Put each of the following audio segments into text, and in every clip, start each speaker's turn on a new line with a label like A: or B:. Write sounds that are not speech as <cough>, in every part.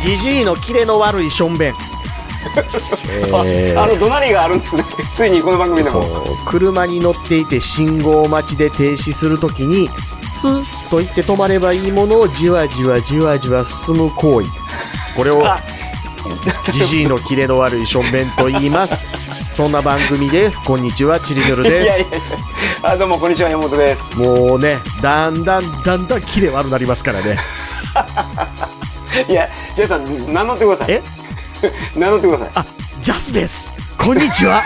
A: じじいのキレの悪いしょんべん
B: え
C: あの怒鳴りがあるんですね <laughs> ついにこの番組で
B: そ
C: も
B: う
A: 車に乗っていて信号待ちで停止するときにスッと言って止まればいいものをじわじわじわじわ進む行為これを
C: あ
A: じじいのキレの悪いしょんべんと言いますそんな番組ですこんにちはちりぬる
C: いやいや
A: で
C: いやあどうもこんにちは山本です
A: すもうねだんだんだんだんキレ悪なりますからね
C: いやジェイさん名乗ってください
A: え
C: <laughs> 名乗ってください
A: あジャスですこんにちは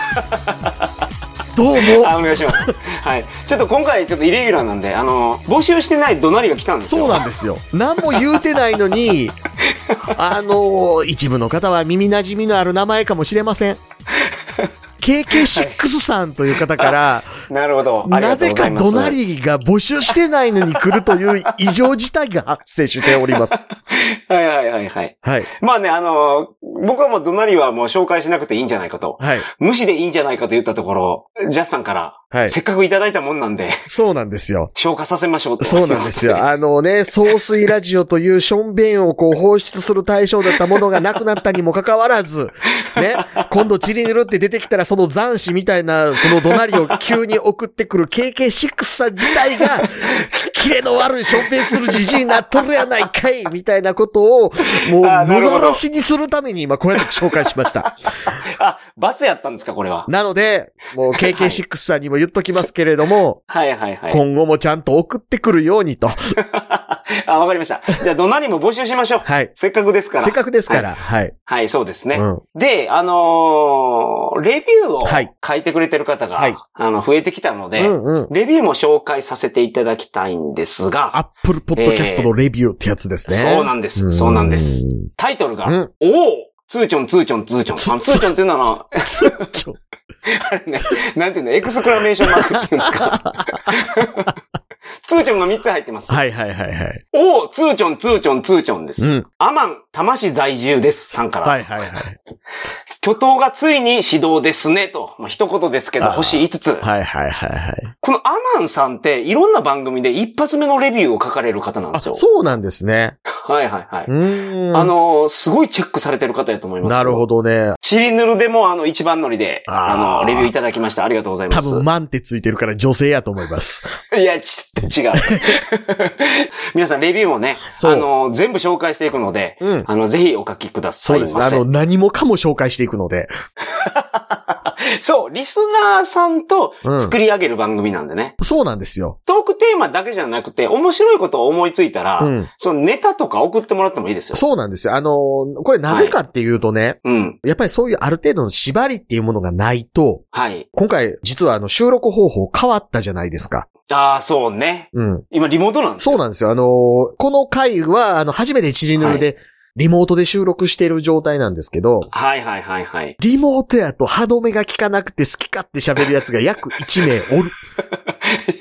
A: どうも
C: あお願い
A: <laughs>
C: しますはいちょっと今回ちょっとイレギュラーなんであの募集してない怒鳴りが来たんですよ
A: そうなんですよ。何も言うてないのに、あのー一部の方は耳馴染みのある名前かもしれません。KK6 さんという方から、
C: なるほどあり
A: な
C: がと
A: ぜ
C: うござ
A: か
C: います
A: 怒鳴りが募集してないのに来るという異常事態が発生しております。
C: はいはいはいはい
A: はい。
C: まあねあの僕はもう怒鳴りはもう紹介しなくていいんじゃないかと
A: はい。
C: 無視でいいんじゃないかと言ったところジャスさんから、
A: はい。
C: せっかくいただいたもんなんで <laughs>
A: そうなんですよ。
C: 消化させましょうと
A: そうなん
C: <laughs>
A: ですよ。あのね、総水ラジオというションベンをこう放出する対象だったものがなくなったにもかかわらず、ね、今度チリヌルって出てきたらその残死みたいな、その怒鳴りを急に送ってくる KK6 さん自体が、キレの悪いションベンするじじいになっとるやないかい、みたいなことを、もう、
C: あな
A: 無
C: るほど
A: 駄らしにするために今こうやって紹介しました。
C: あ罰やったんですかこれは
A: なので、もう KK6 さんにも言っときますけれども、
C: はいはいはい
A: 今後もちゃんと送ってくるようにと。
C: あ、わかりました。じゃあ、どなりも募集しましょう。
A: はい。
C: せっかくですか
A: <laughs>
C: ら。
A: せっかくですから、はい。
C: はい、そうですね。
A: うん
C: で、あのーレビューを
A: はい
C: 書いてくれてる方が、
A: はい
C: あの、増えてきたので、
A: うんうん。
C: レビューも紹介させていただきたいんですが、
A: アップルポッドキャストのレビューってやつですね。
C: そうなんです。そうなんです。。タイトルが、
A: うん
C: おおツーチョン、ツーチョン、ツーチョン。あのツーチョンっていうのはあ
A: <laughs>
C: の、
A: <laughs> ちょちょ
C: あれね、なんていうの、エクスクラメーションマークっていうんですか。
A: <laughs>
C: ツーチョンが3つ入ってます。
A: はいはいはいは
C: <laughs>
A: い。
C: おおツーチョン、ツーチョン、ツーチョンです。
A: うん
C: アマン、多摩市在住です。さんから。
A: はいはいはい。
C: 巨頭がついに始動ですね、と。まあ、一言ですけど、
A: あー
C: 星5つ。
A: はいはいはいはい。
C: このアマンさんって、いろんな番組で一発目のレビューを書かれる方なん
A: あ、
C: ですよ。
A: そうなんですね。。
C: はいはいはいう
A: ーん。
C: <laughs> あ、のーすごいチェックされてる方やと思います。
A: なるほ
C: ど。
A: どね。
C: チリヌルでも、あの、一番乗りで、
A: あー
C: あの、レビューいただきました。ありがとうございま
A: 多
C: す。
A: 分、満ってついてるから女性やと思い
C: <laughs>
A: ます。
C: いや、ちょっと違う。
A: <laughs>
C: 皆さん、レビューもね、あ
A: そう
C: のー全部紹介していくので、
A: うん
C: あの、ぜひお書きくださ
A: そ
C: いう
A: で。
C: ますせ。
A: あの、何もかも紹介していくので。
C: そう、リスナーさんと
A: うん
C: 作り上げる番組なんでね。
A: そうなんですよ。
C: トークテーマだけじゃなくて、面白いことを思いついたら、
A: うん。
C: そのネタとか送ってもらってもいいですよ。
A: そうなんですよ。あの、これなぜかっていうとね、
C: うん。
A: やっぱりそういうある程度の縛りっていうものがないと、
C: はい。
A: 今回実はあの収録方法変わったじゃないですか。
C: ああ、そうね。
A: うん。
C: 今、リモートなんです
A: そう
C: よ。
A: なんですよ。あのーこの回は、あの、初めてチリヌルで、リモートで収録している状態なんですけど、
C: はいはいはいはい。 <laughs>
A: リモートやと歯止めが効かなくて好き勝手喋るやつが約1名おる。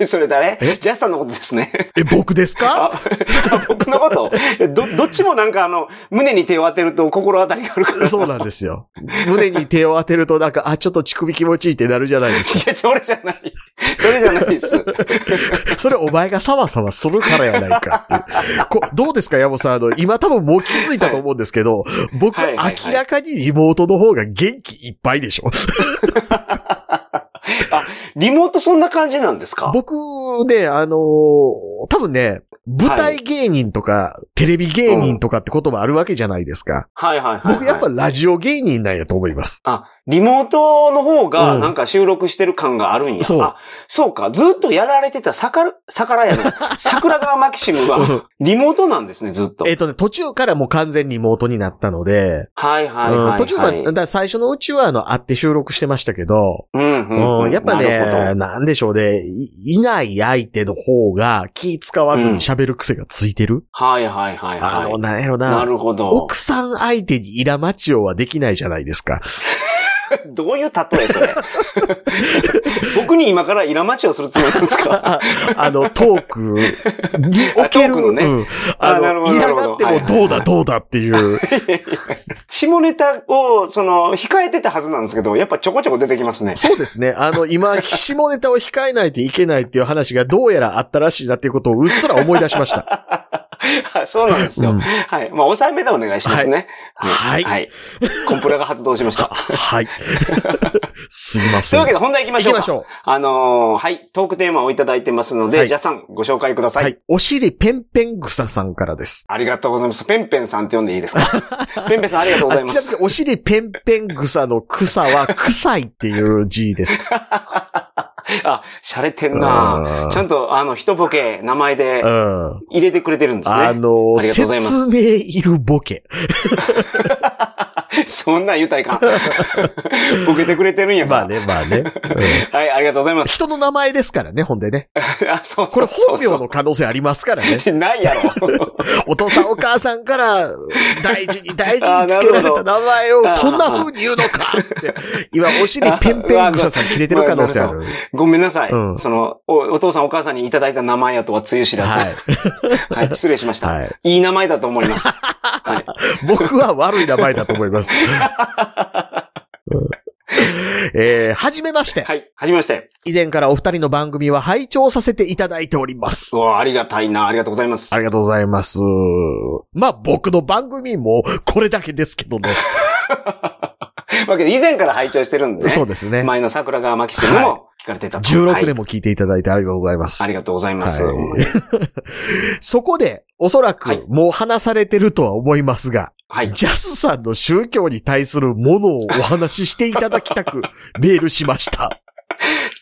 C: それ誰
A: え
C: ジャスさんのことですね。
A: <laughs> え、僕ですか
C: あ、 <laughs> 僕のことど、どっちもなんかあの、胸に手を当てると心当たりがあるから。
A: そうなんですよ。胸に手を当てるとなんか、あ、ちょっと乳首気持ちいいってなるじゃないです
C: いや、それじゃない。それじゃないです。
A: か。それお前がサワサワするからやないかっていうこどうですか、山本さん。あの、今多分もう気づいたと思うんですけど、僕
C: はいはいはい
A: 明らかにリモートの方が元気いっぱいでしょ。
C: リモートそんな感じなんですか
A: 僕ね、あのー多分ね、舞台芸人とか、テレビ芸人とかって言葉あるわけじゃないですか。
C: はいはいはいはい。
A: 僕やっぱラジオ芸人なんやと思います。
C: あ、リモートの方
A: う
C: が
A: ん
C: なんか収録してる感があるんや。
A: そう
C: あそうか。ずっとやられてた桜、桜や
A: <laughs>
C: な。桜川マキシム
A: う
C: は
A: ん
C: リモートなんですね、ずっと。
A: <laughs>
C: は
A: えっ、
C: い
A: とね、途中からもう完全リモートになったので、
C: はいはい、
A: う
C: は
A: ん
C: い。
A: 途中まで、だから最初のうちはあの、会って収録してましたけど、
C: うん
A: う
C: うん、うんん。
A: やっぱ
C: なるほ
A: ね、
C: ど
A: なんでしょうね、いいない相手の方が気使わずに喋る癖がついてる、
C: はいはいはい
A: あ
C: は
A: の、
C: い。
A: なんやろ
C: な
A: な。
C: るほど
A: 奥。さん相手にイラマチオはできないじゃないですか。
C: <laughs> どういう例えそれ。 <laughs> 僕に今からイラマチをするつもりなんで
A: <laughs>
C: すか
A: ああの、トークにおけ
C: あトーク
A: る、
C: のね
A: うん
C: あ
A: あ
C: なるほ
A: の、
C: どなる
A: 嫌
C: ほど
A: がってもどうだどうだって
C: <laughs>
A: いう。
C: 下ネタを、その、控えてたはずなんですけど、やっぱちょこちょこ出てきますね。 <laughs>
A: そうですね。あの、今、下ネタを控えないといけないっていう話がどうやらあったらしいなっていうことをうっすら思い出しました。
C: そうなんですよ。
A: うん
C: はい。まあ、抑えめでお願いしますね。
A: はい
C: はい。コンプラが発動し
A: <laughs>
C: ました。 <laughs>
A: はい。すいま
C: とい
A: せ。
C: うんわけ
A: 行
C: で本題行きましょ
A: き
C: うか。
A: ましょう。
C: あのーはい、トークテーマをいただいてますので、
A: はい
C: じゃあさん、ご紹介ください。
A: はい。お尻ペンペン草さんからです。
C: ありがとうございます。ペンペンさんって呼んでいいで
A: <laughs>
C: すかペンペンさんありがとうござい
A: あ
C: ま
A: ちなみ
C: す。
A: にお尻ペンペン草の草は、臭いっていう字
C: <laughs>
A: です。
C: あ、洒落てんな
A: うん
C: ちゃんと、あの、一ボケ、名前で
A: うん。
C: 入れてくれてるんです
A: あ
C: ね。
A: の、
C: ありがとうございます
A: 説明いるボケ。
C: <laughs> そんなん言うたらいかん。ボケてくれてるんやか
A: ま
C: ら
A: あね、まあ
C: <laughs>
A: ね。うん
C: はい、ありがとうございます。
A: 人の名前ですからね、ほんで
C: <laughs>
A: ね。
C: あ、そう
A: こ
C: そ
A: れ
C: うそう
A: 本名
C: そう。
A: の可能性ありますからね。
C: <laughs> ないやろ。
A: お父さんお母さんから大事に大事
C: <laughs>
A: につけられた名前を
C: あなるほ
A: そん
C: ど
A: な風に言うのか
C: <laughs>
A: って。今、お尻ペンペン草さん切れてる可能性ある。
C: ごめんなさい。
A: うん
C: そのお、お父さんお母さんにいただいた名前やとはつゆ知らず。
A: は
C: <laughs> はいい、。失礼しました、
A: はいい。
C: い名前だと思
A: <laughs>
C: います。はい。
A: 僕は悪い名前だと思います。うんえーはじめまして。
C: はい。はじめまして。
A: 以前からお二人の番組は拝聴させていただいております
C: う。わ、ありがたいな。ありがとうございます。
A: ありがとうございます。まあ、僕の番組もこれだけですけどね。
C: わけで、以前から拝聴してるんでね。
A: そうですね。
C: 前の桜川マキシムも聞かれてたと。
A: 16
C: はい
A: 年も聞いていただいてありがとうございます。
C: ありがとうございます。
A: はい
C: ほんまに
A: <laughs> そこで、おそら
C: はい
A: くもう話されてるとは思いますが、
C: はい。
A: ジャスさんの宗教に対するものをお話ししていただきたくメールしました。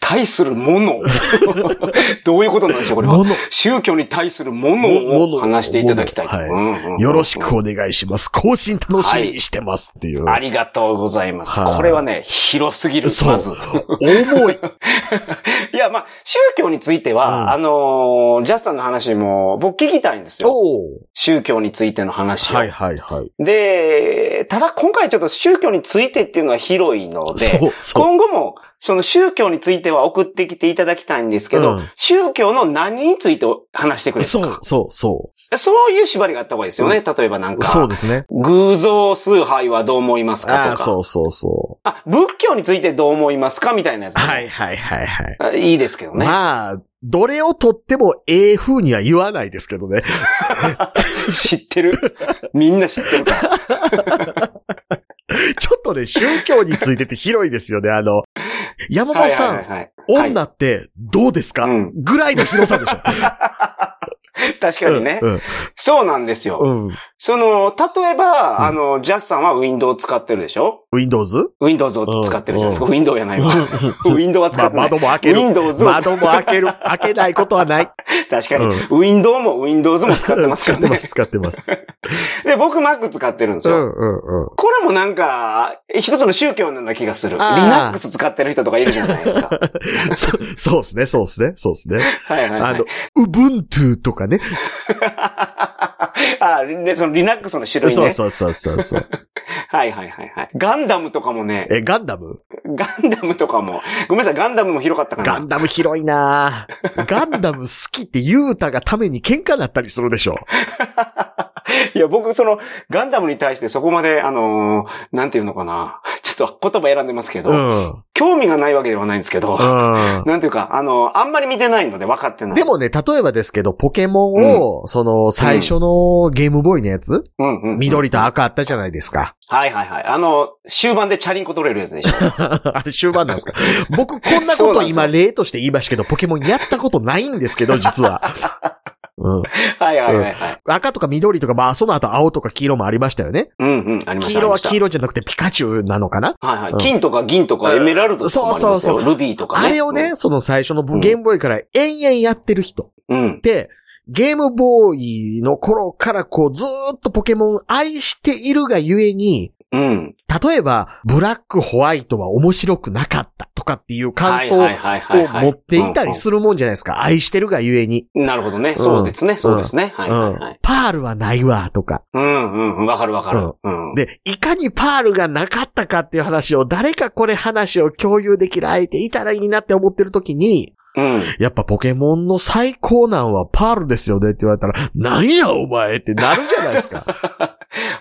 C: 対する
A: <laughs>
C: もの。どういうことなんでしょう、これは
A: も。の。
C: 宗教に対するも
A: も
C: の
A: の
C: を話していただきたいと。
A: はい
C: うんうん
A: よろしくお願いします。更新楽しみにしてますっていう。
C: ありがとうございます。
A: はい
C: これはね、広すぎる。
A: そう
C: ま <laughs> ず。
A: 重い。
C: <laughs> いや、まあ、宗教については、
A: うん
C: あのージャスさんの話も、僕聞きたいんですよ。
A: おー
C: 宗教についての話を。
A: はいはいはい。
C: で、ただ今回ちょっと宗教についてっていうのは広いので、
A: そう、そう。
C: 今後も、その宗教については送ってきていただきたいんですけど、
A: うん
C: 宗教の何について話してくれる
A: そう
C: か。、
A: そう、そ
C: そういう縛りがあった方がいいですよね。例えばな
A: う。
C: ん
A: そう
C: か、
A: ですね。
C: 偶像崇拝はどう思いますか
A: あ
C: と
A: あ、
C: か。
A: そうそうそ
C: あ、仏教についてどう思いますかみたいなやつ
A: う。
C: でも。
A: はいはいはいはい。
C: あいいですけどね。
A: まあ、どれをとってもええ風には言わないですけどね。 <laughs>
C: 知ってる。みんな知ってるから。
A: ちょっとね、宗教についてって広いですよね。あの、山
C: は
A: 本
C: い
A: さん、
C: はいはいはい。
A: 女ってどうですか、
C: うん
A: ぐらいの広さでしょ。
C: はい確かにね。
A: うん
C: そうなんですよ。
A: うん。うん。
C: その、例えば、
A: うん
C: あの、ジャスさんは Windows を使ってるでしょ
A: Windows?
C: ?Windows を使ってるじゃないですか。Windows やないわ。Windows <laughs> は使
A: まあ
C: って
A: 窓
C: ない。
A: も開ける。
C: Windows を、
A: 窓も開ける。 <laughs> 開けないことはない。
C: 確かに、
A: うん
C: Windows も Windows も使ってます
A: 使
C: よ
A: ってま
C: ね
A: す、。使ってます。
C: <laughs>
A: <laughs>
C: で、僕 Mac 使ってるんです
A: う
C: よ。
A: んうんうん。
C: これもなんか、一つの宗教なんだ気がする。
A: あー
C: Linux 使ってる人とかいるじゃないです
A: <laughs>
C: か。
A: そそうですね、そうですね、そうですね。
C: はいはい、は
A: あ
C: い。
A: の、Ubuntu とかね。
C: <laughs> あ、でその Linux の種類ね。
A: そうそうそうそうそう。
C: はいはいはいはい。ガンダムとかもね、
A: え、ガンダム
C: ガンダムとかも、ごめんなさい、ガンダムも広かったか
A: ガ
C: な
A: ン。ダム広いなぁガンダム好きってユータがために喧嘩になったりするでしょ。
C: いや、僕、その、ガンダムに対してそこまで、あのーなんていうのかな。 <laughs> ちょっと言葉選んでますけど、
A: うん。うん。
C: 興味がないわけではないんですけど、なんていうか、あのーあんまり見てないので分かってない。
A: で、もね、例えばですけど、ポケモンを、その、最初のゲームボーイのやつ、
C: うんうんうん。
A: 緑と赤あったじゃないです <laughs> か。
C: はいはいはい。あの、終盤でチャリンコ取れるやつでしょ。
A: あれ終盤なんですか。僕、こんな
C: そう
A: こ
C: なん
A: と
C: ですよ
A: 今例として言いましたけど、ポケモンやったことないんですけ
C: <laughs>
A: ど、実は。うん、
C: はいはいはいはい。
A: 赤とか緑とか、まあ、その後青とか黄色もありましたよね。
C: うんうん、ありました。
A: 黄色は黄
C: 色。
A: 色じゃなくてピカチュウなのかな
C: はいはい。
A: うん
C: 金とか銀とかエメラルドとかもありますよ
A: そうそう
C: ルビーとかね。
A: あれをね、その最初の
C: ん
A: ゲームボーイから延々やってる人っ
C: うん。うん。
A: て、ゲームボーイの頃からこうずーっとポケモン愛しているがゆえに、
C: うん。
A: 例えば、ブラックホワイトは面白くなかったとかっていう感想を
C: はいはいはいはいはい
A: 持っていたりするもんじゃないですか。愛してるがゆえに。
C: なるほどね。
A: ん
C: そうですね。そうですね。は
A: う
C: いはい
A: ん
C: はい。。
A: パールはないわとか。
C: うんうんうん。わかるわかる。うん。
A: で、いかにパールがなかったかっていう話を誰かこれ話を共有できる相手いたらいいなって思ってる時に、
C: うん。
A: やっぱポケモンの最高難はパールですよねって言われたら、なんやお前ってなるじゃないですか。
C: <laughs>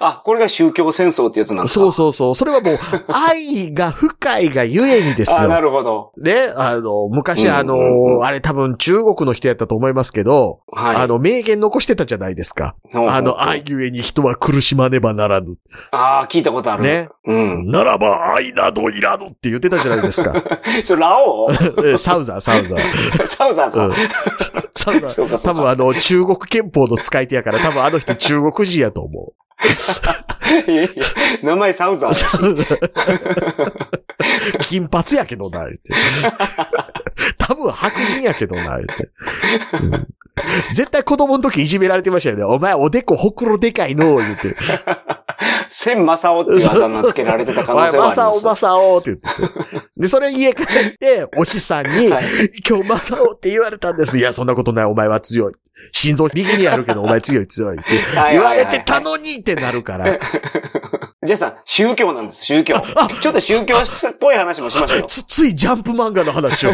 C: あ、これが宗教戦争ってやつなんですか
A: そうそうそう。それはもう、愛が深いがゆえにです
C: あ、な
A: よ。
C: るほど。
A: ね、あの、昔あの、
C: うんうんうん
A: あれ多分中国の人やったと思いますけど、
C: はい。
A: あの、名言残してたじゃないですか。
C: ほうほう
A: あの、愛ゆえに人は苦しまねばならぬ。
C: ああ、聞いたことある。
A: ね。
C: うん。
A: ならば愛などいらぬって言ってたじゃないですか。
C: それ、ラオ
A: <laughs>
C: ウ
A: えサウザー、サウザー。
C: サウザーか。
A: うんサウザ
C: そうか、
A: ー。
C: そ
A: 多
C: う
A: 分
C: か。
A: あの、中国憲法の使い手やから、多分あの人中国人やと
C: <laughs>
A: 思
C: いやいや名前サウザーだし。
A: う。金髪やけどな、言うて。多分白人やけどな、言うて。うん絶対子供の時いじめられてましたよね。お前おでこほくろでかいの、言うて。
C: 千正夫っていうあだ名つけられてた可能性はありま
A: おい
C: す。
A: マサオ、マサオって言って。で、それ家帰って、お師さんに、
C: はい
A: 今日マサオって言われたんです。いや、そんなことない、お前は強い。心臓右にあるけど、お前強い、強いって。
C: はい
A: 言
C: は
A: わ
C: いは
A: れ
C: い
A: てたのにってなるから。
C: ジェイさん、宗教なんです、宗教。ちょっと宗教っぽい話もしましょうよ。
A: つ、ついジャンプ漫画の話を。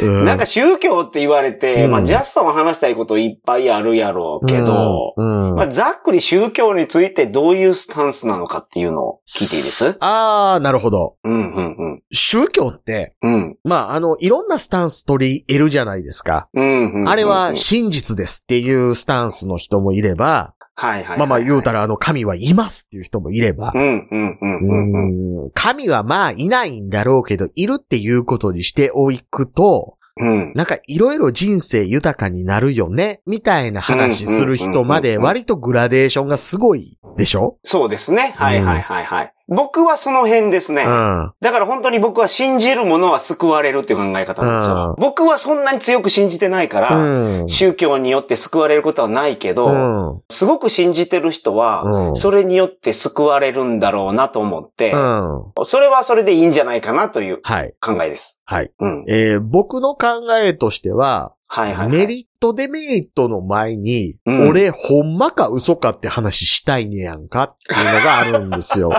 A: う
C: なんか宗教って言われて、
A: うん
C: まあ、ジャスさんは話したいこといっぱいあるやろうけど、
A: うん
C: まあ、ざっくり宗教についてどういうスタンスなのかっていうのを聞いていいです
A: あー、なるほど。
C: うん、うん、うん。
A: 宗教って、
C: うん。
A: まあ、あの、いろんなスタンス取り得るじゃないですか。
C: うん、うん。
A: あれ
C: うん
A: は、真実ですっていうスタンスの人もいれば、
C: はい、はい。
A: まあまあ言うた
C: ら。
A: ら、あの、神はいますっていう人もいれば
C: う、ん、うん、うん、うん。うん
A: うん神はまあいないんだろうけど、いるっていうことにしておくと、
C: うん。
A: なんかいろいろ人生豊かになるよね、みたいな話する人まで割とグラデーションがすごいでしょ
C: そうですね。はい、はい、はい、はい。僕はその辺ですね。
A: うん。
C: だから本当に僕は信じるものは救われるっていう考え方なんですよ。僕はそんなに強く信じてないから、
A: うん。
C: 宗教によって救われることはないけど、
A: うん。
C: すごく信じてる人は、
A: うん
C: それによって救われるんだろうなと思って、
A: うん。
C: それはそれでいいんじゃないかなという
A: はい。
C: 考えです。
A: はい。
C: うん。
A: えー僕の考えとしては、
C: はいはい、は
A: メ
C: い。
A: リットデメリットの前に、
C: うん
A: 俺ほんまか嘘かって話したいねやんかっていうのがあるんですよ。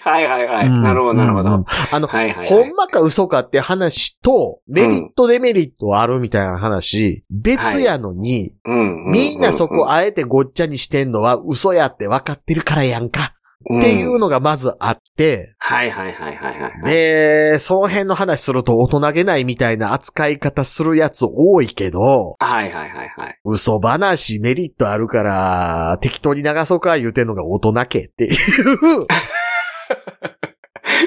C: はいはいはい。
A: うん
C: なるほどなるほど。
A: うんあの、
C: はいはい、は
A: ほん
C: い。
A: まか嘘かって話と、メリットデメリットあるみたいな話、別やのに、
C: うん
A: みんなそこあえてごっちゃにしてんのは嘘やって分かってるからやんか。
C: っ
A: っていうのがまずあって、
C: はいはいはいはいはい。
A: で、その辺の話すると大人げないみたいな扱い方するやつ多いけど、
C: はいはいはいはい。
A: 嘘話メリットあるから、適当に流そうか言うてんのが大人けっていう、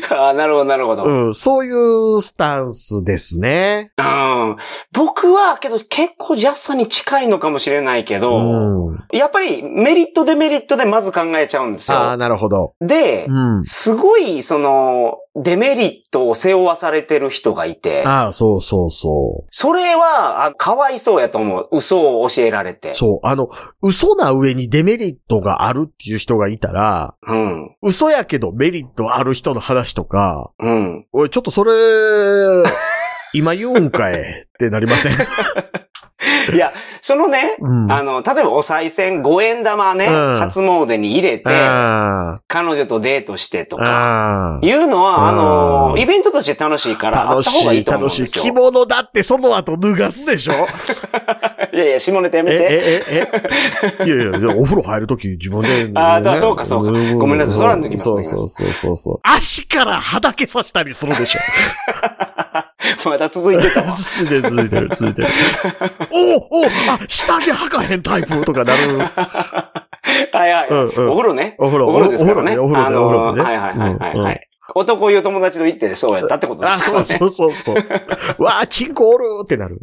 C: あーなるほどなるほど。
A: うん、そういうスタンスですね。
C: うん僕は、けど結構ジャスさんに近いのかもしれないけど、
A: うん
C: やっぱりメリットデメリットでまず考えちゃうんです
A: ああ、
C: よ。
A: なるほど。
C: で、
A: うん。
C: すごい、その、デメリットを背負わされてる人がいて、
A: ああ、そうそうそう。
C: それは、あかわいそうやと思う。嘘を教えられて。
A: そう、あの、嘘な上にデメリットがあるっていう人がいたら、
C: うん。
A: 嘘やけどメリットある人の話とか、
C: うん。
A: おい、ちょっとそれ、
C: <laughs>
A: 今言うんかいってなりません
C: いや、そのね、
A: うん。
C: あの、例えばお賽銭、五円玉ね、
A: うん
C: 初詣に入れて、
A: あ
C: 彼女とデートしてと
A: ー
C: か、
A: あー。
C: いうのは、あの
A: うん
C: イベントとして楽しいから、あっ
A: 楽
C: た
A: し
C: 方がいい
A: い、
C: と思うん
A: 楽
C: で
A: しい。
C: すよ。
A: 着物だってその後脱がすで
C: <laughs>
A: しょ
C: いやいや、下ネタや
A: え、
C: めて。
A: え、え、え。いやいやいや、お風呂入るとき自分で。
C: <laughs> あーだそうかそうかごめんなさいそらんときます
A: そうそうそうそうそう。足からはだけさせたりするでしょ。
C: まだ続いてた
A: <laughs>
C: わ。
A: 続いてる、続いてる、続いてる。おおあ、下着履かへんタイプとかなる。
C: はいはい。
A: うんうん
C: お風呂ね。
A: お風呂、
C: お風呂ですからね。
A: お風呂ね、お風呂ね、お風呂ね。
C: あのはいはいはいはい。
A: うん
C: は
A: うん
C: い男いう友達と行ってそうやったってことで
A: あ、
C: す
A: そ
C: から
A: う
C: ね。
A: そうそうそう。
C: <laughs>
A: わあ、チンコおるってなる。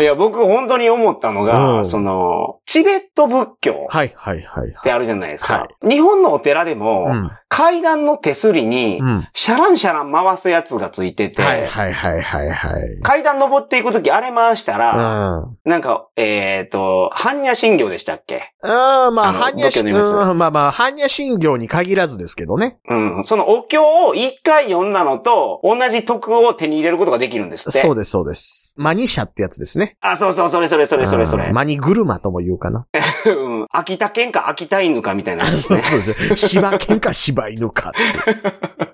C: いや、僕本当に思ったの
A: う
C: が、
A: ん
C: その、チベット仏教
A: はいはいはい
C: っ
A: はい。
C: てあるじゃないです
A: は
C: か。日本のお寺でも、階段の手すりに
A: う、ん。うん。
C: シャランシャラン回すやつがついて
A: はい
C: て、
A: はいはいはいはい。
C: 階段登っていくときあれ回した
A: うん。
C: ら、
A: あ
C: なんか、えっと、般若心経でしたっけ
A: あ、まあ、
C: あの
A: 般若心
C: 仏教のやつ
A: うんまあまあ、般若心経に限らずですけどね。
C: うん。そのお経を一回読んだのと、同じ徳を手に入れることができるんですって。
A: そうです、そうです。マニシャってやつですね。
C: あ、そうそう、それそれそれそれそれ
A: うん。マニグルマとも言うかな。
C: うん。秋田犬か秋田犬かみたいなやつで
A: <laughs>
C: す
A: そう
C: ね。
A: ですね。柴犬か柴犬かって。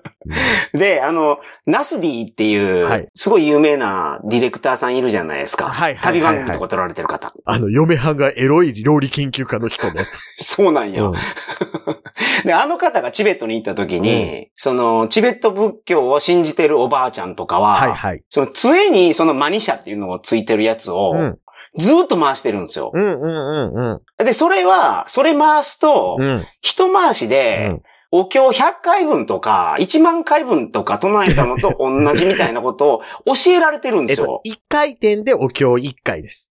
C: で、あの、ナスディってい
A: はい、
C: すごい有名なディレクターさんいるじゃないですか。
A: はいはいはい
C: 旅
A: はい
C: 番組とか撮られてる方。
A: あの、嫁はんがエロい料理研究家の人ね。
C: そうなん
A: う
C: よ
A: ん。
C: で、あの方がチベットに行った時に、その、チベット仏教を信じてるおばあちゃんとかは、
A: はいはい。
C: その杖にそのマニシャっていうのをついてるやつを
A: う、ん。
C: ずーっと回してるんですよ
A: う。んうんうん
C: で、それは、それ回すと
A: うん。う、ん。
C: 一回しで、
A: うん
C: お経100回分とか、1万回分とか唱え
A: <laughs>
C: たのと同じみたいなことを教えられてるん
A: え
C: で
A: っ
C: す
A: と
C: よ、。
A: 一回転でお経一回です。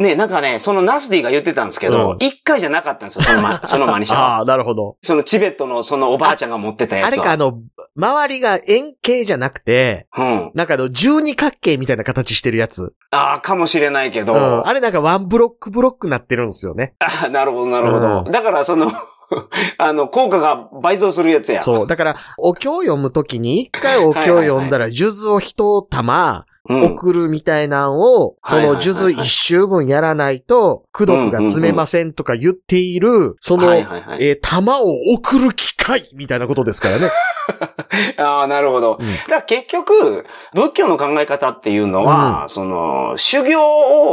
C: ね、なんかね、そのナスディが言ってたんですけ
A: う
C: ど
A: ん、
C: 一、回じゃなかったんですよ、そ
A: <laughs>
C: のマそのマニシャは。
A: ああ、なるほど。
C: そのチベットのそのおばあちゃんが持ってた
A: あ
C: や
A: れ
C: つ
A: か、
C: は。
A: あの、周りが円形じゃなくて、
C: うん。
A: なんかあの、十二角形みたいな形してるやつ。
C: ああ、かもしれないけ
A: う
C: ど。
A: ん。あれなんかワンブロックブロックなってるんですよね。
C: あ <laughs> なるほど、なるほど。
A: う
C: だから、その、 <laughs> あの、効果が倍増するやつや。
A: そう。だから、お経を読むときに、一回お経を読んだら、数珠を一玉
C: うん。
A: 送るみたいなんを、その数珠一周分やらないと、苦毒が詰めませんとか言っている、その、
C: はい
A: え
C: はいはい。
A: ー玉を送る機会みたいなことです
C: <laughs>
A: からね。
C: ああ、なるほど。
A: うん
C: だから結局、仏教の考え方っていうのは、その、修行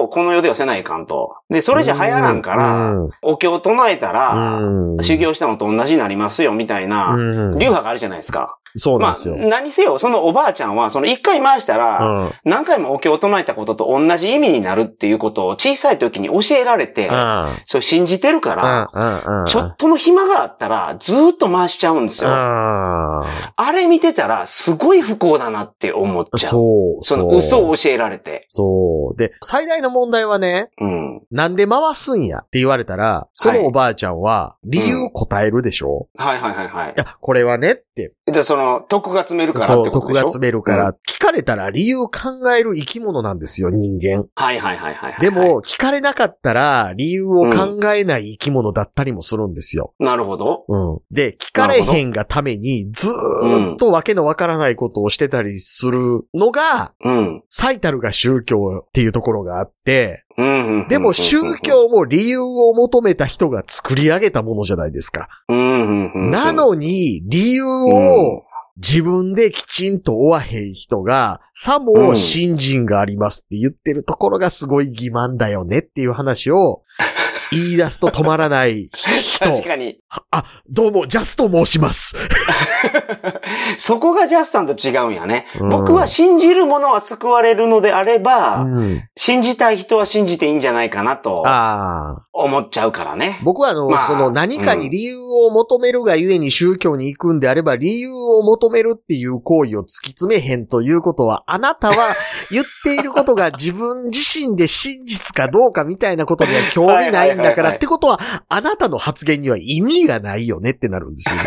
C: をこの世ではせないかんと。で、それじゃ流行らんから、
A: うん
C: お経を唱えたら、
A: うん
C: 修行したのと同じになりますよ、みたいな、
A: うん
C: 流派があるじゃないですか。
A: そうなん
C: まあ
A: ですよ。、
C: 何せよ、そのおばあちゃんは、その一回回したら、
A: うん
C: 何回もお経を唱えたことと同じ意味になるっていうことを小さい時に教えられて、
A: うん
C: そう信じてるから、
A: うんうん
C: ちょっとの暇があったら、ずーっと回しちゃうんですよ。
A: あ
C: あれ見てたら、すごい不幸だなって思っ
A: あ。
C: ちゃう。
A: そう。
C: その
A: う
C: 嘘を教えられて。
A: そう。で、最大の問題はね、
C: うん。
A: なんで回すんやって言われたら、そのおばあちゃんは理由答えるでしょ、
C: はいはいはいはい
A: い、や、これはねって。
C: い。で、その、徳が詰めるから
A: そ
C: っ
A: う、
C: てこと
A: 徳
C: で
A: が
C: しょ
A: 詰めるから、聞かれたら理由考える生き物なんですよ、人間。
C: はいはいはいはいはい。
A: でも、、聞かれなかったら理由を考えない生き物だったりもするんですよ。
C: なるほど。
A: うん。で、聞かれへんがために、ずーっとわけのわからないことをしてたりするのが、
C: うん。
A: 最たるが宗教っていうところがあって、
C: うんうん。
A: でも宗。教も理由を求めた人が作り上げたものじゃないですか。
C: うんうんうん。
A: なのに、理由
C: うん
A: を自分できちんと追わへん人が、さ
C: う
A: も
C: ん
A: 信心がありますって言ってるところがすごい欺瞞だよねっていう話
C: <laughs>
A: を、言い出すと止まらない人。
C: 確かに。 <laughs>
A: あ、どうも、ジャスと申します。
C: そこがジャスさんと違うんやね。
A: うん
C: 僕は信じるものは救われるのであれば、
A: うん
C: 信じたい人は信じていいんじゃないかなと
A: ああ。
C: 思っちゃうからね。
A: 僕はあの、
C: まあ
A: その何かに理由を求めるがゆえに宗教に行くんであれば、理由を求めるっていう行為を突き詰めへんということは、あなたは
C: <laughs>
A: 言っていることが自分自身で真実かどうかみたいなことには興味ないんだ
C: はいはい
A: か
C: はいは
A: ら
C: い
A: ってことは、あなたの発言には意味がないよねってなるんですよ。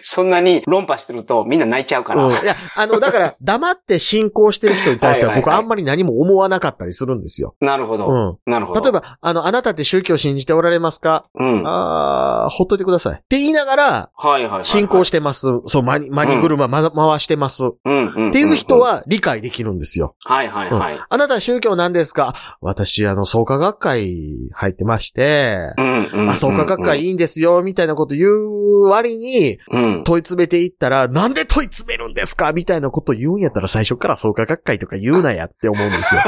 C: そんなに論破してるとみんな泣いちゃうから。
A: うんいや、あの、だから、黙って信仰してる人に対しては
C: はいはい
A: 僕
C: はい
A: あんまり何も思わなかったりするんですよ。
C: なるほ
A: う
C: ど。
A: ん。
C: なるほど。
A: 例えば、あの、あなたって宗教信じておられますか
C: うん。はい
A: あー、ほっといてください。って言いながら、
C: はいはいはい。
A: 進行してます。そう、マニ、マニ車、ま、回してます。っ
C: うんうんうんうん
A: ていう人、は理解できるんですよ。
C: はいはいはい。
A: あなたは宗教なんですか私、あの、創価学会入ってまして、
C: うんうんうん
A: あ、創価学会いいんですよ、みたいなこと言う割に、
C: うん。
A: 問い詰めていったら、なんで問い詰めるんですかみたいなこと言うんやったら最初から創価学会とか言うなやって思うんです
C: <laughs>
A: よ。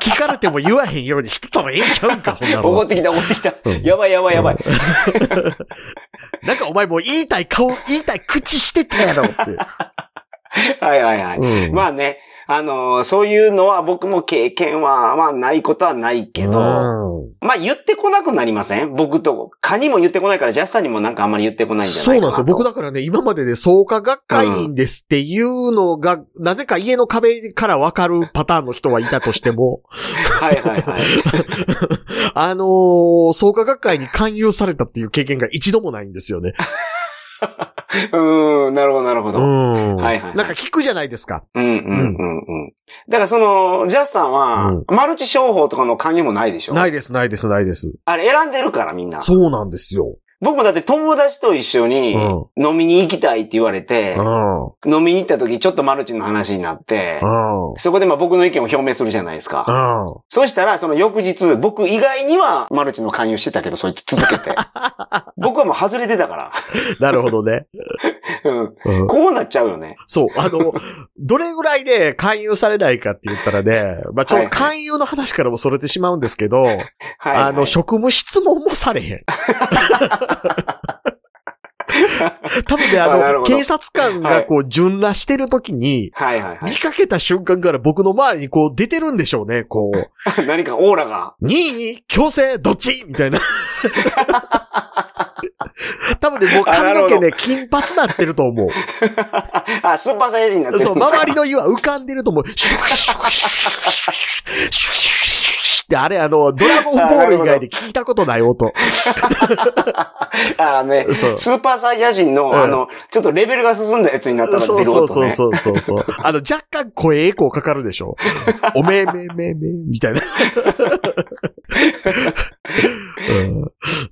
A: 聞かれても言わへんようにしてたらええんちゃうんか、ほんな
C: 怒っ
A: の。
C: てきた怒ってきた
A: うん。
C: やばいやばいやばい。
A: なんかお前もう言いたい顔、言いたい口してたやろって。
C: <laughs> はいはいはい。
A: うん
C: まあね、あのーそういうのは僕も経験は、まあないことはないけど、
A: うん
C: まあ言ってこなくなりません僕と、カニも言ってこないから、ジャスさんにもなんかあんまり言ってこないんじゃ
A: そ
C: な
A: う
C: い
A: な
C: か
A: んです
C: なと
A: よ。僕だからね、今までで創価学会員ですっていうのが、なぜか家の壁からわかるパターンの人はいたとして
C: <laughs>
A: も、
C: はいはいはい。
A: あのー、創価学会に勧誘されたっていう経験が一度もないんですよね。
C: うーん、なるほどなるほ
A: う
C: ど。
A: ん。
C: はいはい
A: なんか聞くじゃないですか。
C: うんうんうんうん。だからその、ジャスさんは
A: うん、
C: マルチ商法とかの勧誘もないでしょ
A: ないです、ないです、ないです。
C: あれ選んでるからみんな。
A: そうなんですよ。
C: 僕もだって友達と一緒に
A: う
C: 飲みに行きたいって言われて
A: う、ん。うん。
C: 飲みに行った時ちょっとマルチの話になって、
A: うん。
C: そこでまあ僕の意見を表明するじゃないですか。そうしたら、その翌日、僕以外にはマルチの勧誘してたけど、そいつ続けて。
A: <laughs>
C: 僕はもう外れてたから。
A: なるほどね。
C: <laughs> うん
A: うん
C: こうなっちゃうよね。
A: そう。あの、どれぐらいで勧誘されないかって言ったらね、まあちょっと
C: はいは
A: 勧誘の話からもそれてしまうんですけど、
C: はい、はい。
A: あの、職務質問もされへん。多分ね、あ
C: あなる
A: の、
C: ほど
A: 警察官がこう、順らしてる時に、
C: はいはいは
A: 見かけた瞬間から僕の周りにこう出てるんでしょうね、こう。
C: い。 <laughs> 何かオーラが。
A: 任意、強制、どっちみたいな。多分ね、もう髪の毛ね、金髪なってると思う。
C: あ、スーパーサイヤ人になって
A: そ
C: る
A: う、
C: んですか
A: 周りの湯は浮かんでると思う。シュワシュワシュワシュワシュワって、あれ、あの、ドラゴンボール以外で聞いたことない音。
C: あーね、
A: そう
C: スーパーサイヤ人の、
A: うん
C: あの、ちょっとレベルが進んだやつになったら出る
A: そう
C: 音、ね、
A: そうそうそうそうそう。 <laughs> あの、若干声エコーかかるでし <laughs> ょ。おめえめえめえめえ、みたいな。うん、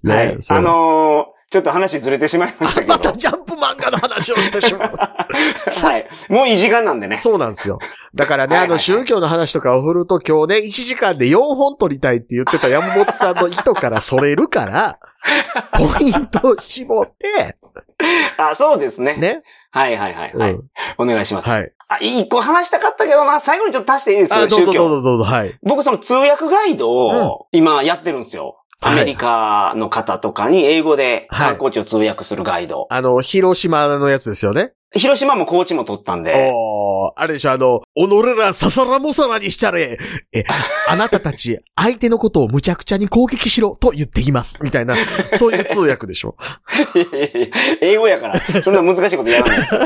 A: ね
C: はい。
A: そう
C: あのーちょっと話ずれてしまいましたけど。
A: <laughs> またジャンプ漫画の話をしてしまう。
C: はい。もういい時間なんでね。
A: <laughs> そうなんですよ。だからね、
C: はいはい
A: あの、宗教の話とかを振ると今日ね、1時間で4本撮りたいって言ってた山本さんの意図からそれる <laughs> から、ポイントを絞って、
C: あ、そうですね。
A: ね。
C: はいはいはい、
A: うん
C: はい。お願いします。
A: はい。
C: あ、一個話したかったけどな、最後にちょっと足していいです
A: あ、
C: よ、
A: どうぞど
C: 宗
A: う
C: 教。
A: ぞどうぞ、はい。
C: 僕その通訳ガイドを今やってるんですよ。
A: はい
C: アメリカの方とかに英語で観光地を通訳するガイド。
A: あの、広島のやつですよね。
C: 広島も高知も取ったんで。
A: おーあれでしょ、あの、おのれらささらもさらにしたれ。 <laughs> え、あなたたち、相手のことをむちゃくちゃに攻撃しろと言っています。みたいな、そういう通訳でし <laughs> ょ。
C: <laughs> 英語やから、そんな難しいことやらないです。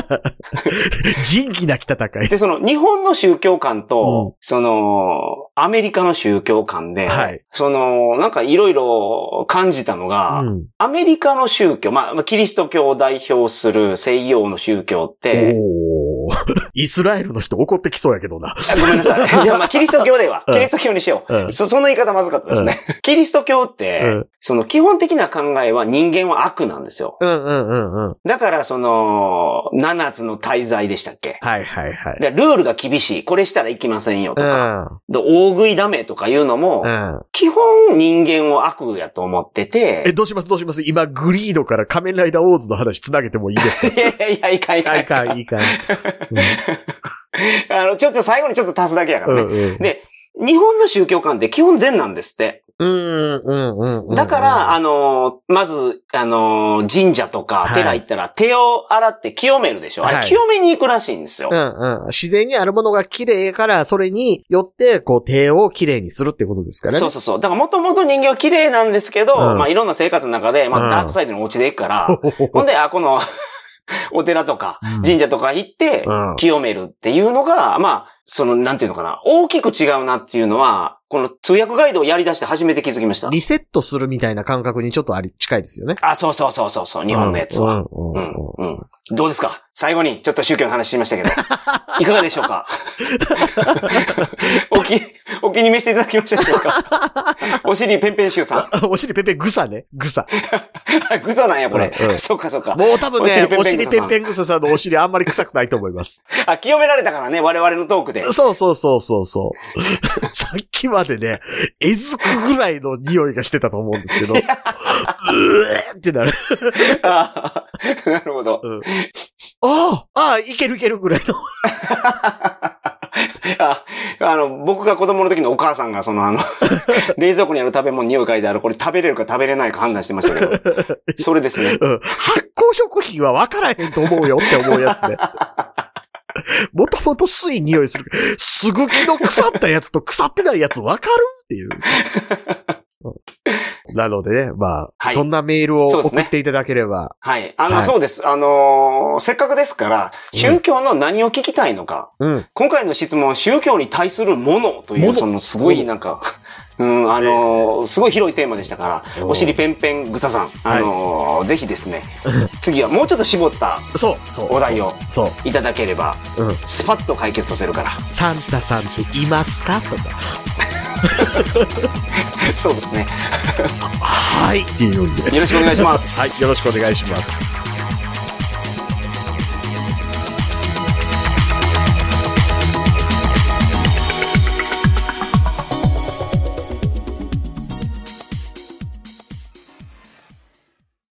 A: 仁義なき戦い。
C: で、その日本の宗教観
A: う
C: と、その、アメリカの宗教観で、
A: はい
C: その、なんかいろいろ感じたのが、
A: うん。
C: アメリカの宗教、まあまあ、キリスト教を代表する西洋の宗教って、
A: おーイスラエルの人怒ってきそうやけどな。
C: あごめん
A: <laughs>
C: なさい。いや、まあ、キリスト教では
A: う、ん
C: キリスト教にしよう。
A: うん
C: そ、その言い方まずかったですね。キリスト教って、
A: うん
C: その基本的な考えは人間は悪なんですよ。
A: うんうんうんうん。
C: だから、その、七つの大罪でしたっけ
A: はいはいはい。
C: でルールが厳しい。これしたらいきませんよとか、
A: う
C: で大食いダメとかいうのも、
A: ん。うん。
C: 基本人間を悪やと思って
A: え、
C: て、
A: どうしますどうします今、グリードから仮面ライダーウォーズの話つなげて <laughs> もいいですか
C: いやいやいや、いかんいかん
A: いいかん、いいかん。
C: あの、ちょっと最後にちょっと足すだけやか
A: う
C: らね。
A: んうん。
C: で、日本の宗教観って基本善なんですって。
A: うんうんうんうん。
C: だから、、あのー、まず、あのー、神社とか
A: はい
C: 寺行ったら手を洗って清めるでしょ。あ
A: は
C: れ、
A: い
C: 清めに行くらしいんですよ
A: う。んうん。自然にあるものが綺麗から、それによって、こう、手を綺麗にするってことですからね。
C: そうそうそう。だからもともと人間は綺麗なんですけど、
A: うん
C: まあいろんな生活の中で、ま
A: うん
C: あダークサイドに落ちていくから、ほんで、あ、この、 <laughs> お寺とか
A: うん
C: 神社とか行って
A: うん、
C: 清めるっていうのが、まあ、その、なんていうのかな、大きく違うなっていうのは、この通訳ガイドをやり出して初めて気づきました。
A: <laughs> リセットするみたいな感覚にちょっとあり、近いですよね。
C: あ、そうそうそうそうそう、日本のやつは。
A: うんうん
C: う
A: うんんうん。、
C: うん。どうですか最後に、ちょっと宗教の話しましたけど。いかがでしょうか <laughs> お気、お気に召していただきましたでしょうかお尻ペンペンシューさ
A: <laughs> お尻ペンペングサね。グサ。
C: ん。 <laughs> グザなんや、これ。
A: うんうん
C: そうか、そうか。
A: もう多分ね、お
C: お
A: 尻
C: 尻
A: ペ
C: ペ
A: ン
C: ン
A: ペ
C: ペ
A: ングサさんのお尻あんまり臭くないと思い <laughs> ます。
C: あ、清められたからね、我々のトー
A: <laughs>
C: クで。
A: そうそうそうそうそう。 <laughs> さっきまでね、えずくぐらいの匂いがしてたと思うん <laughs> ですけど、うえーってなる。
C: あー <laughs> なるほど。
A: うんああ、ああ、いけるいけるぐらいの。
C: あ、あの、僕が子供の時のお母さんが、そ
A: <laughs>
C: の、あの、冷蔵庫にある食べ物に匂い嗅いである、これ食べれるか食べれないか判断してましたけど。
A: <laughs>
C: それですね。
A: うん発酵食品は分からへんと思うよって思うやつ
C: <laughs>
A: ね。もともと水い匂いする。すぐきの腐ったやつと腐ってないやつ分かるって
C: <laughs>
A: いう。うんなのでね、まあ、
C: はい
A: そんなメールを
C: そう
A: 送
C: ですね
A: っていただければ、
C: はい。あの、
A: はい
C: そうです。あのーせっかくですから、宗教の何を聞きたいのか。
A: うん、
C: 今回の質問、宗教に対するものとい
A: もの
C: う、その、すごい、なんか、 <laughs> うん、あのーすごい広いテーマでしたから、
A: お
C: お尻ペンペン草さん、あのーぜひです
A: <laughs>
C: ね、次はもうちょっと絞った
A: そう、そう。
C: お題を
A: そう。
C: いただければ、
A: うん
C: スパッと解決させるから。 <laughs>
A: サンタさんっていますかとか。
C: そうですね。
A: はい。っていうんで。
C: よろしくお願いします。
A: はい。よろしくお願いします。